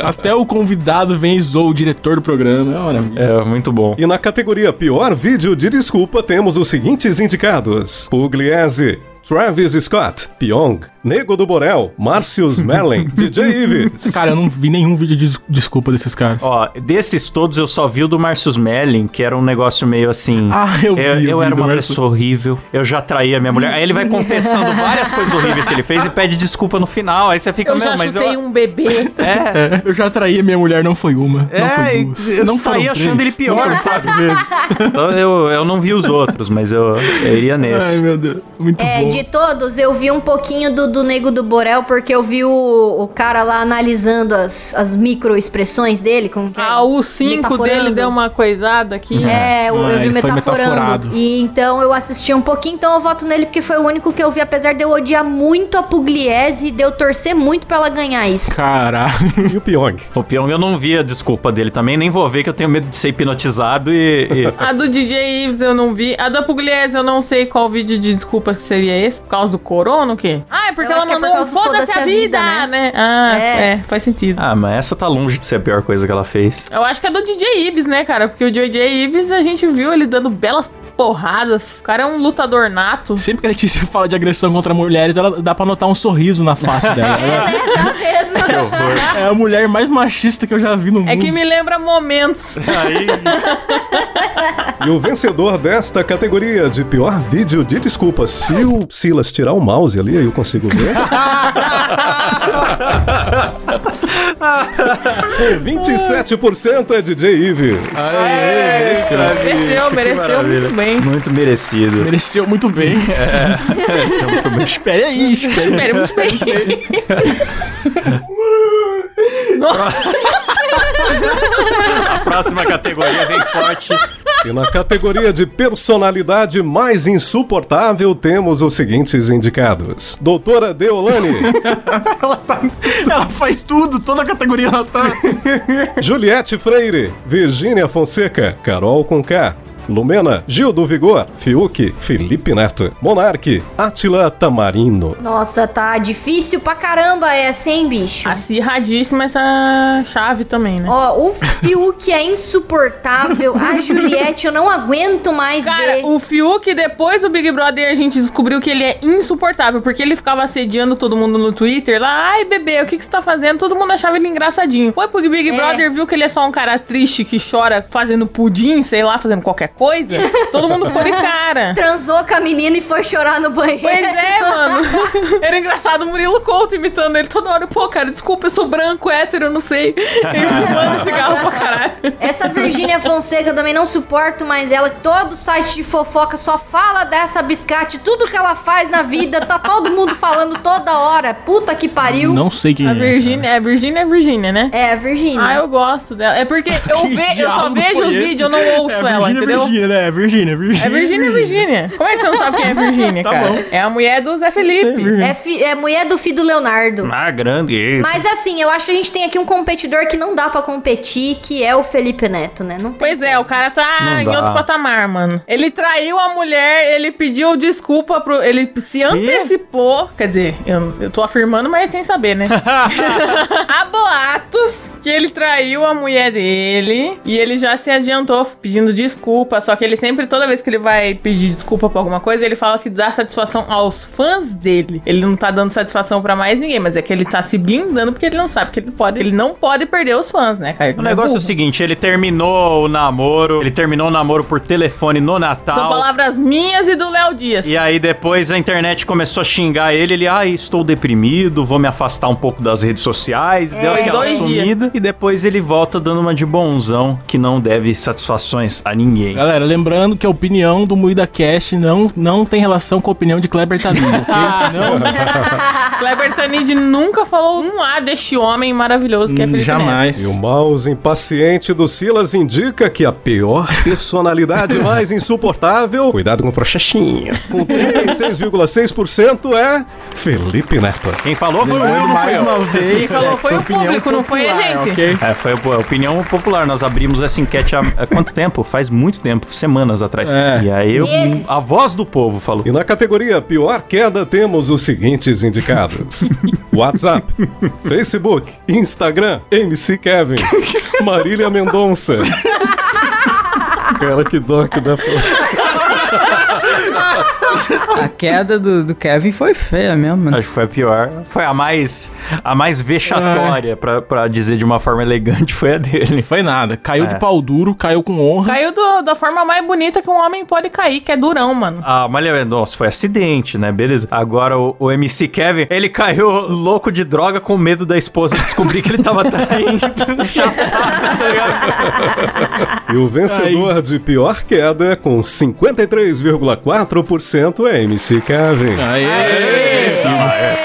Até o convidado vem e zoa o diretor do programa. É uma maravilha.
É, muito bom.
E na categoria pior vídeo de desculpa, temos os seguintes indicados: Pugliese. Travis Scott, Pyong, Nego do Borel, Marcius Mellen, DJ Ives.
Cara, eu não vi nenhum vídeo de des- desculpa desses caras.
Ó, desses todos eu só vi o do Marcius Mellin, que era um negócio meio assim.
Ah, eu vi,
Eu,
eu vi
era
do
uma
Marcius.
pessoa horrível, eu já traí a minha mulher. Aí ele vai confessando várias coisas horríveis que ele fez e pede desculpa no final. Aí você fica,
Eu
meu,
já
Então, mas
chutei
eu. *laughs*
um bebê.
É.
É, eu já traí a minha mulher, não foi uma. não foi
É,
duas.
eu
não
saí
foram
achando
três,
ele pior,
não foram
sabe?
quatro *laughs* vezes.
Então eu, eu não vi os outros, mas eu, eu iria nesse.
Ai, meu Deus. Muito
É,
bom.
de todos, eu vi um pouquinho do, do Nego do Borel, porque eu vi o, o cara lá analisando as, as microexpressões dele. Como que é?
Ah, o 5
Metaforando.
dele deu uma coisada aqui.
Uhum.
É, eu, eu
Ah,
vi
ele foi
metaforando.
metaforado.
E então eu assisti um pouquinho, então eu voto nele porque foi o único que eu vi, apesar de eu odiar muito a Pugliese e de eu torcer muito pra ela ganhar isso.
Caralho.
E o Pyong?
O Pyong eu não vi a desculpa dele também, nem vou ver que eu tenho medo de ser
*laughs*
hipnotizado e.
A do DJ Ives eu não vi. A da Pugliese eu não sei qual vídeo de desculpa que seria esse. Por causa do corona, o quê? Ah, é porque
Eu
ela
acho que é por
mandou um
causa do
foda-se a vida, né? Ah,
É.
é. faz sentido.
Ah, mas essa tá longe de ser a pior coisa que ela fez.
Eu acho que é do DJ Ives, né, cara? Porque o DJ Ives a gente viu ele dando belas porradas. O cara é um lutador nato.
Sempre que a Letícia *laughs* fala de agressão contra mulheres, ela dá pra notar um sorriso na face dela.
É,
Ela
Tá mesmo.
é a mulher mais machista que eu já vi no mundo.
É que me lembra momentos.
E o vencedor desta categoria de pior vídeo de desculpa, se o Silas tirar o mouse ali, aí eu consigo ver. Com 27% é DJ Ives.
É, mereceu, mereceu muito bem.
Muito merecido.
Mereceu muito bem.
Mereceu muito bem.
Espere aí, espere.
Espera, muito bem. Nossa,
A próxima categoria vem forte.
E na categoria de personalidade mais insuportável, temos os seguintes indicados: Doutora Deolane,
Ela faz tudo, toda a categoria ela tá.
Juliette Freire, Virgínia Fonseca, Carol Conká. Lumena, Gil do Vigor, Fiuk, Felipe Neto, Monarque, Atila Tamarino.
Nossa, tá difícil pra caramba essa, hein,
Ah,
bicho?
acirradíssima essa chave também, né?
Ó, o Fiuk é
*laughs*
insuportável. A Juliette, eu não aguento mais ver.
Cara, o Fiuk, depois do Big Brother, a gente descobriu que ele é insuportável, porque ele ficava assediando todo mundo no Twitter lá. Ai, bebê, o que, que você tá fazendo? Todo mundo achava ele engraçadinho. Foi pro Big
É.
Brother, viu que ele é só um cara triste que chora fazendo pudim, sei lá, fazendo qualquer coisa.
*laughs*
Todo mundo ficou de cara.
Transou com a menina e foi chorar no banheiro.
*laughs* Pois é, mano. Era engraçado o Murilo Couto imitando ele toda hora. Pô, cara, desculpa, eu sou branco, hétero, eu não sei. Ele *laughs* fumando cigarro pra caralho.
Essa Virgínia Fonseca eu também não suporto mais ela. Todo site de fofoca só fala dessa biscate. Tudo que ela faz na vida, tá todo mundo falando toda hora. Puta que pariu.
Não sei quem
A
é.
Virgínia, é Virgínia, é Virgínia, né?
É, Virgínia.
Ah, eu gosto dela.
*laughs*
É porque eu,
Que
ve- eu só
diabo
vejo
foi
os
esse?
vídeos, eu não ouço
é,
ela,
Virgínia,
entendeu?
Virgínia, né? Virgínia, Virgínia.
É Virgínia, Virgínia. Como é que você não sabe quem é Virgínia,
Tá
cara?
bom.
É a mulher do Zé Felipe.
É, fi- é mulher do filho do Leonardo.
Ah, grande.
Mas assim, eu acho que a gente tem aqui um competidor que não dá pra competir, que é o Felipe Neto, né? Não tem.
Pois é, o cara
Não
tá em
dá.
outro patamar, mano. Ele traiu a mulher, ele pediu desculpa pro. Ele se antecipou. Quer dizer, eu, eu tô afirmando, mas sem saber,
*laughs*
né? *laughs* Há boatos que ele traiu a mulher dele e ele já se adiantou pedindo desculpa. Só que ele sempre, toda vez que ele vai pedir desculpa por alguma coisa, ele fala que dá satisfação aos fãs dele. Ele não tá dando satisfação pra mais ninguém, mas é que ele tá se blindando porque ele não sabe que ele pode. Ele não pode perder os fãs, né, cara?
O negócio é o seguinte, ele terminou terminou o namoro. Ele terminou o namoro por telefone no Natal.
São palavras minhas e do Léo Dias.
E aí depois a internet começou a xingar ele, ele, ai, estou deprimido, vou me afastar um pouco das redes sociais,
É,
deu
foi
aquela
dois dias.
sumida e depois ele volta dando uma de bonzão que não deve satisfações a ninguém.
Galera, lembrando que a opinião do Moída Cast não, não tem relação com a opinião de Kleber Tadinho, ok?
*laughs* Kleber Tanid nunca falou um A deste homem maravilhoso que é Felipe
E o mouse impaciente do Silas indica que a *laughs* pior personalidade mais insuportável. Cuidado com o prochechinho. Com 36,6% é Felipe Neto.
Quem falou foi o Will, não foi
mais
eu.
uma vez,
Quem
é,
falou foi o público, não foi a gente.
É, foi a opinião popular. Nós abrimos essa enquete há, há quanto tempo? Faz muito tempo, semanas atrás. E aí eu,
Meses.
a voz do povo falou.
E na categoria pior queda temos os seguintes indicados: WhatsApp, Facebook, Instagram, MC Kevin, Marília Mendonça. Cara, que dó que dá pra...
A queda do, do Kevin foi feia mesmo. né? mano.
Acho que foi a pior. Foi a mais, a mais vexatória, pra, pra dizer de uma forma elegante, foi a dele.
Foi nada. Caiu
É.
de pau duro, caiu com honra.
Caiu do- da forma mais bonita que um homem pode cair, que é durão, mano.
A Ah, Maria Mendonça foi acidente, né? Beleza. Agora o, o MC Kevin, ele caiu louco de droga com medo da esposa descobrir que ele tava
*laughs*
traindo.
E o vencedor de pior queda, com 53,4%, é MC Kevin.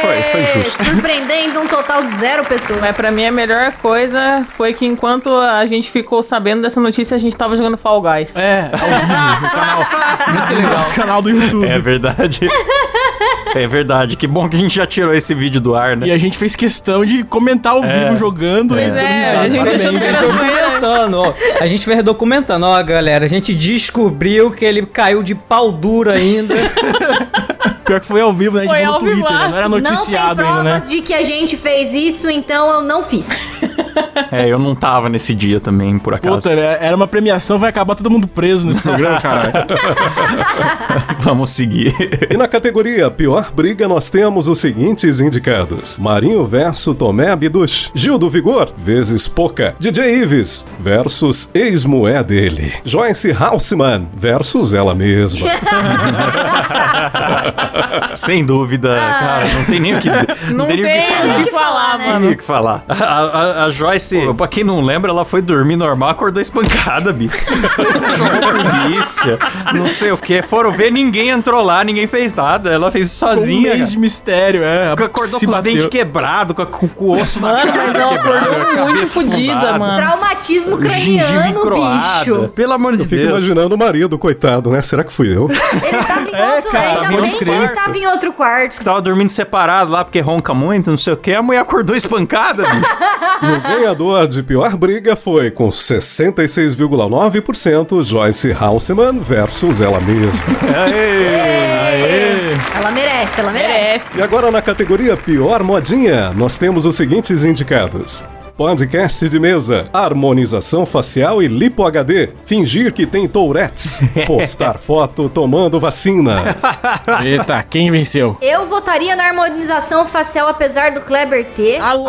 foi, foi justo.
Surpreendendo um total de zero pessoas. Mas pra mim a melhor coisa foi que enquanto a gente ficou sabendo dessa notícia, a gente tava jogando Fall Guys.
É,
Muito legal.
Nosso canal do YouTube.
É verdade. É verdade. Que bom que a gente já tirou esse vídeo do ar, né?
E a gente fez questão de comentar ao
É.
vivo jogando.
Pois
e
é,
dando
a
risada.
gente
Parabéns,
deixou
a gente
no
veio documentando, ó. A gente veio documentando, ó, galera. A gente descobriu que ele caiu de pau duro ainda.
Pior que foi ao vivo, né?
A gente
Foi
viu no
ao
Twitter,
vivaço.
né?
é
Não era
Não
noticiado
tem
ainda,
provas
né?
de que a gente fez isso, então eu não fiz.
É, eu não tava nesse dia também, por acaso.
Puta, era era uma premiação, vai acabar todo mundo preso nesse programa, caralho.
Vamos seguir.
E na categoria Pior Briga, nós temos os seguintes indicados: Marinho versus Tomé Abduch, Gil do Vigor, vezes Poca, DJ Ives versus ex-mulher dele, Joyce Halseman versus ela mesma.
Sem dúvida, cara. Não tem
*laughs*
nem o que.
Não
nem
tem o que falar, né?
Não
mano.
tem o que falar. A, a- a Joyce, pra quem não lembra, ela foi dormir normal, acordou
*laughs*
espancada, bicho. Chamou a polícia, não sei o que. Foram ver, ninguém entrou lá, ninguém fez nada. Ela fez isso sozinha.
Um mês de mistério, é.
cara. Acordou
se
com os
bateu.
dentes quebrados, com, a- com- com o osso na
Mano,
cara.
mas ela
quebrado,
acordou
a
muito
cabeça
fodida,
afundada.
mano.
Traumatismo
Gengive
craniano,
croada.
bicho.
Pelo amor de
Eu fico
Deus.
imaginando o marido, coitado, né? Será que fui eu?
Outro, ainda bem que ele tava em outro quarto.
Tava dormindo separado lá porque ronca muito, não sei o que. A mulher acordou espancada,
*laughs*
bicho.
E o ganhador de pior briga foi com 66,9% Joyce Halseman versus ela mesma.
É. Ela merece, ela merece.
E agora na categoria pior modinha, nós temos os seguintes indicados. Podcast de mesa, harmonização facial e lipo HD, fingir que tem tourettes, postar foto tomando vacina.
Eita, quem venceu?
Eu votaria na harmonização facial, apesar do Kleber ter.
Alô!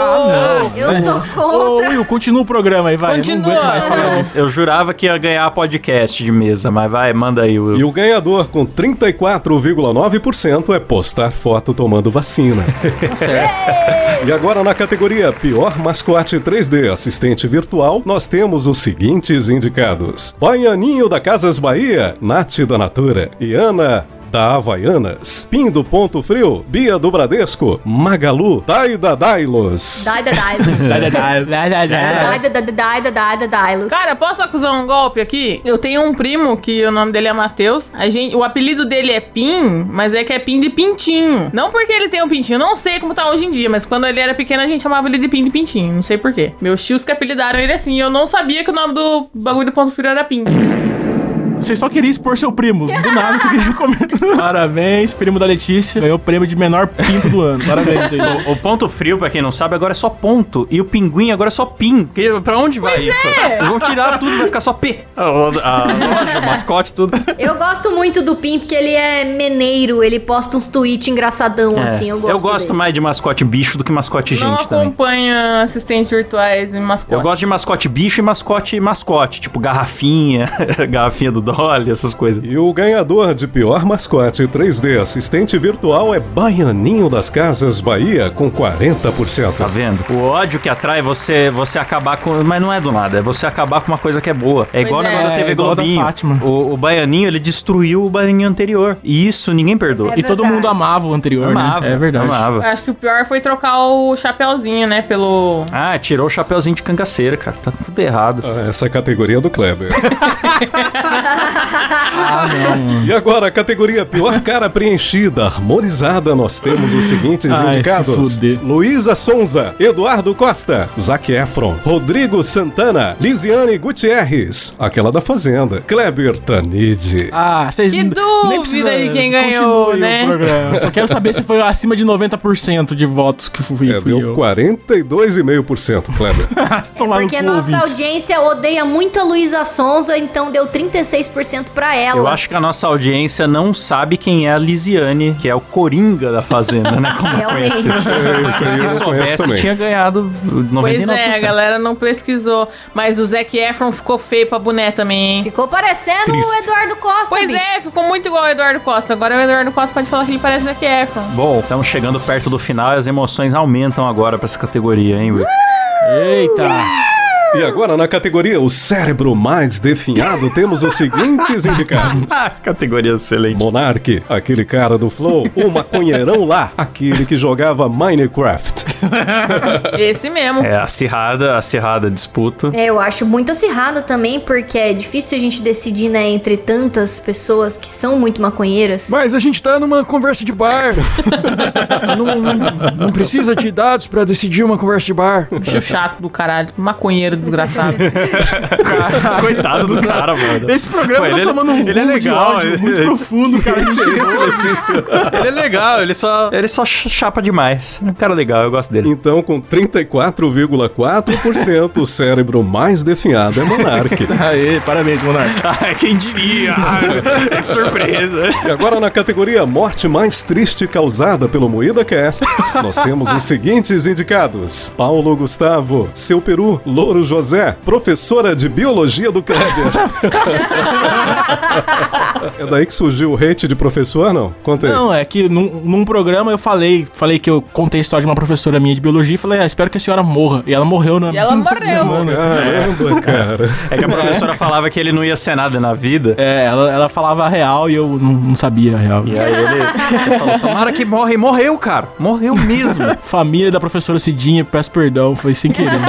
Eu sou
Ô, *laughs*
contra.
Will, continua o programa aí, vai.
Continua.
Não aguento mais falar disso.
Eu jurava que ia ganhar podcast de mesa, mas vai, manda aí, Will.
E o ganhador com 34,9% é postar foto tomando vacina. E agora na categoria Pior Mascote 3D Assistente Virtual, nós temos os seguintes indicados: Baianinho da Casas Bahia, Nath da Natura e Ana da Havaianas, Pim do Ponto Frio, Bia do Bradesco, Magalu, Daida Dailos.
Daida,
É.
Daida,
daida.
Daida, daida, daida,
Cara, posso acusar um golpe aqui? Eu tenho um primo que o nome dele é Matheus. A gente, o apelido dele é Pim, mas é que é Pim de Pintinho. Não porque ele tem um pintinho, não sei como tá hoje em dia, mas quando ele era pequeno a gente chamava ele de Pim de Pintinho, não sei porquê. Meus tios que apelidaram ele assim, e eu não sabia que o nome do bagulho do ponto frio era Pim.
Você só queria expor seu primo. Do nada você queria comentar. Parabéns, primo da Letícia. Ganhou o prêmio de menor pinto do ano. Parabéns aí.
*laughs*
O, o ponto frio, pra quem não sabe, agora é só ponto. E o pinguim agora é só pin. Que- Pra onde vai isso?
é.
Vão tirar tudo, vai ficar só P. A, *laughs* a- a loja, o mascote, tudo.
Eu gosto muito do Pim, porque ele é meneiro, ele posta uns tweets engraçadão,
É.
assim, eu gosto dele.
mais de mascote bicho do que mascote
Não
gente também.
acompanha assistentes virtuais e mascotes.
Eu gosto de mascote bicho e mascote mascote, tipo garrafinha, *laughs* garrafinha do Dolly, essas coisas.
E o ganhador de pior mascote 3D assistente virtual é Baianinho das Casas Bahia, com 40%. Tá
vendo? O ódio que atrai é você, você acabar com. Mas não é do nada, é você acabar com uma coisa que é boa. É
Pois
igual o
é.
negócio da
É,
TV
igual a da
Globinho. o, o Baianinho, ele destruiu o Baianinho anterior. E isso ninguém perdoa.
É E todo verdade. mundo
amava o anterior,
né?
amava,
É verdade.
Amava.
Acho que o pior foi trocar o chapéuzinho, né? Pelo.
Ah, tirou o chapeuzinho de cangaceira, cara. Tá tudo errado.
Essa categoria é do Kleber.
Ah,
E agora, a categoria pior cara preenchida, harmonizada, nós temos os seguintes
Ai, se
indicados: Luísa Sonza, Eduardo Costa, Zac Efron, Rodrigo Santana, Lisiane Gutierrez, aquela da Fazenda, Kleber Tanide.
Ah, vocês
Que
n- nem
dúvida
precisa-
aí quem
continue
ganhou,
o
né?
programa. Só quero saber se foi acima de 90% de votos que fui,
É,
fui
deu
eu.
42,5%, Kleber.
lá no
Porque é
cu,
nossa
ouvintes.
audiência odeia muito a Luísa Sonza, então deu 36% pra
É
ela.
Eu acho que a nossa audiência não sabe quem é a Lisiane, que é o Coringa da Fazenda, né?
*laughs*
Como eu
Realmente.
conheci.
É, isso
Porque
aí eu não
Se
conheço
soubesse,
também.
tinha ganhado 99%.
Pois é, a galera não pesquisou. Mas o Zac Efron ficou feio pra boné também, hein?
Ficou parecendo o Eduardo Costa,
Pois
bicho.
é, ficou muito igual o Eduardo Costa. Agora o Eduardo Costa pode falar que ele parece Zac Efron.
Bom, estamos chegando perto do final e as emoções aumentam agora pra essa categoria, hein, Will?
Eita! E agora, na categoria O Cérebro Mais Definhado, temos os seguintes indicados.
*laughs* categoria excelente.
Monark, aquele cara do Flow, o maconheirão lá, aquele que jogava Minecraft.
*laughs* Esse mesmo.
É, acirrada, acirrada disputa.
É, eu acho muito acirrado também, porque é difícil a gente decidir, né, entre tantas pessoas que são muito maconheiras.
Mas a gente tá numa conversa de bar. não, não- não precisa de dados pra decidir uma conversa de bar.
Bicho chato do caralho. Maconheiro *laughs* desgraçado.
*laughs* Coitado do cara, mano.
Esse programa
Pô,
tá
ele é-
tomando um
ele é
rumo de
legal,
ódio
ele-
muito
ele-
profundo, cara.
ele é legal, ele só, ele só ch- chapa demais. É um cara legal, eu gosto dele.
Então, com 34,4%, o cérebro mais definhado é Monark.
Aê, parabéns, Monark.
Quem diria? *laughs* É surpresa.
E agora na categoria Morte Mais Triste Causada pelo Moída Cast, nós temos os seguintes indicados: Paulo Gustavo, Seu Peru, Louro José, professora de Biologia do Kleber. é daí que surgiu o hate de professor, não? Conta aí.
Não, é que num, num programa eu falei, falei que eu contei a história de uma professora minha de biologia e falei, ah, espero que a senhora morra. E ela morreu né, na
E ela morreu.
Caramba, cara.
É que a professora falava que ele não ia ser nada na vida.
É, ela, ela falava a real e eu não, não sabia a real.
E aí ele, ele falou, tomara que morre. E Morreu, cara. Morreu mesmo.
*laughs* Família da professora Cidinha, peço perdão, foi sem querer. né?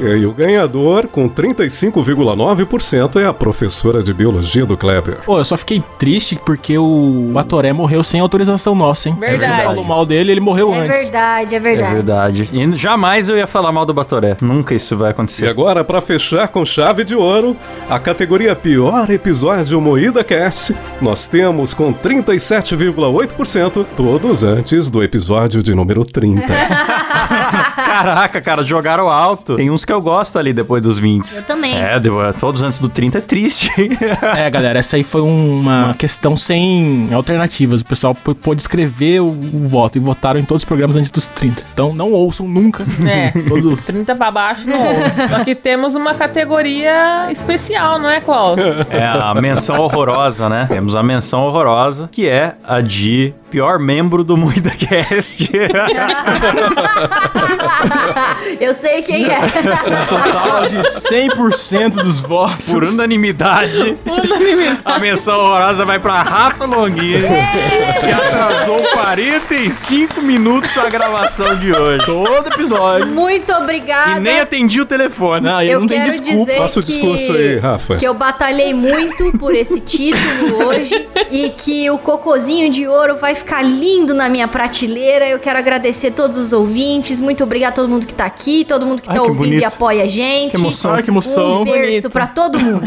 E aí, o ganhador, com 35,9%, é a professora de Biologia do Kleber.
Pô, eu só fiquei triste porque o Batoré morreu sem autorização nossa, hein?
Verdade.
Você falou mal dele, ele morreu
É
antes.
verdade, é
É
verdade.
verdade. E jamais eu ia falar mal do Batoré. Nunca isso
E
vai *laughs* acontecer.
agora, pra fechar com chave de ouro, a categoria Pior Episódio Moída Cast, nós temos com 37,8%, todos antes do episódio de número 30.
Caraca, cara, jogaram alto. Tem uns que eu gosto ali depois dos 20. Eu
também.
É, depois- todos antes do 30 é triste. *laughs*
É, galera, essa aí foi uma questão sem alternativas. O pessoal p- pôde escrever o, o voto e votaram em todos os programas antes dos 30. Então não ouçam nunca.
É.
Todo-
30 pra baixo, não. houve. Só que temos uma categoria especial, não é, *laughs* Klaus?
É a menção horrorosa, né? Temos a menção horrorosa, que é a de pior membro do MuidaCast.
*laughs* eu sei quem é.
*laughs*
*laughs*
Um total de 100% dos votos.
Por unanimidade,
é
a menção horrorosa vai pra Rafa Longuinho, que atrasou 45 minutos a gravação de hoje.
Todo episódio.
Muito obrigada.
E nem atendi o telefone.
Não,
eu Ah, não tenho quero desculpa. dizer
Faça o
que-
discurso aí, Rafa.
Que
*laughs*
eu batalhei muito por esse título hoje e que o cocôzinho de ouro vai ficar lindo na minha prateleira. Eu quero agradecer todos os ouvintes. Muito obrigado a todo mundo que tá aqui, todo mundo que
Ai,
tá
que
ouvindo e
bonito.
apoia a gente.
Que emoção, ai, que emoção.
Um berço
Bonito.
pra todo
*laughs*
mundo.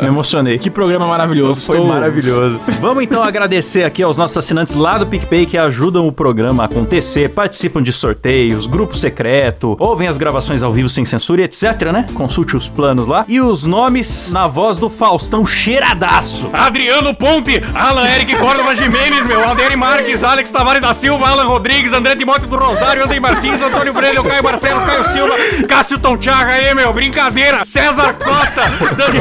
Me emocionei.
Que programa maravilhoso.
Foi maravilhoso. Vamos então agradecer aqui aos nossos assinantes lá do PicPay que ajudam o programa a acontecer, participam de sorteios, grupo secreto, ouvem as gravações ao vivo sem censura e etc, né? Consulte os planos lá. E os nomes na voz do Faustão cheiradaço.
Adriano Ponte, Alan Eric Córdova Jimenez, meu, Alderi Marques, Alex Tavares da Silva, Alan Rodrigues, André Timóteo do Rosário, André Martins, Antônio Brelho, Caio Barcelos, Caio Silva, Cássio Tonchaga aí, meu, brincadeira, César Costa,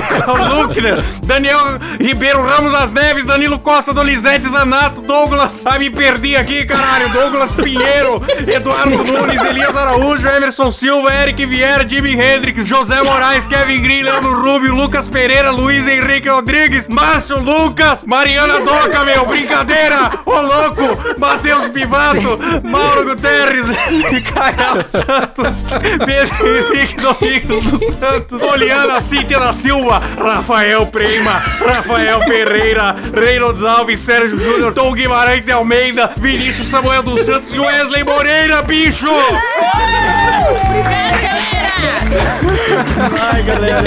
Daniel *laughs* Luckner, Daniel Ribeiro Ramos das Neves, Danilo Costa, Donizete Zanato, Douglas, ai me perdi aqui, caralho, Douglas Pinheiro, Eduardo Nunes, Elias Araújo, Emerson Silva, Eric Vieira, Jimi Hendrix, José Moraes, Kevin Green, Leandro Rubio, Lucas Pereira, Luiz Henrique Rodrigues, Márcio Lucas, Mariana Doca, meu, brincadeira, ô louco, Matheus Pivato, Mauro Guterres, *laughs* Caio Santos, Pedro Henrique Domingos dos Santos, Oliana Cíntia da Silva, Rafael Prima, Rafael Pereira, Reynolds Alves, Sérgio Júnior, Tom Guimarães de Almeida, Vinícius Samuel dos Santos e Wesley Moreira, bicho!
Ai, galera.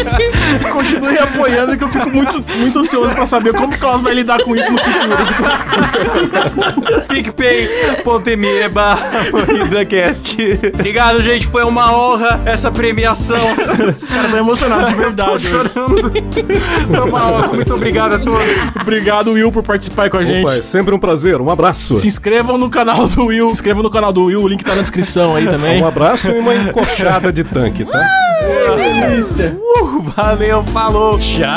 Continue apoiando que eu fico muito, muito ansioso pra saber como o Klaus vai lidar com isso no futuro.
PicPay.me barra MoridaCast. Obrigado, gente. Foi uma honra essa premiação.
caras
Os
estão emocionados, tá de verdade.
Foi uma honra. Muito obrigado a todos.
Obrigado, Will, por participar com a gente.
Opa, é sempre um prazer, um abraço.
Se inscrevam no canal do Will. Se inscrevam no canal do Will, o link tá na descrição aí também.
Um abraço e uma encoxada de tanque, tá?
delícia.
Uh, valeu, falou. Tchau.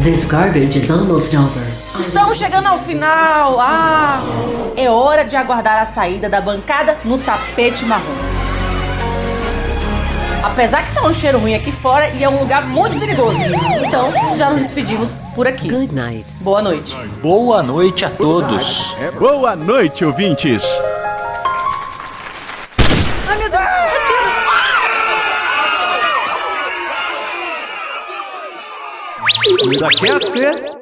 This garbage is almost over.
Estamos chegando ao final. Ah, é hora de aguardar a saída da bancada no tapete marrom. Apesar que tá um cheiro ruim aqui fora e é um lugar muito perigoso. Então, já nos despedimos por aqui. Good night. Boa noite.
Boa noite a todos.
Boa noite, ouvintes.
Ai, meu Deus,
MoridaCast.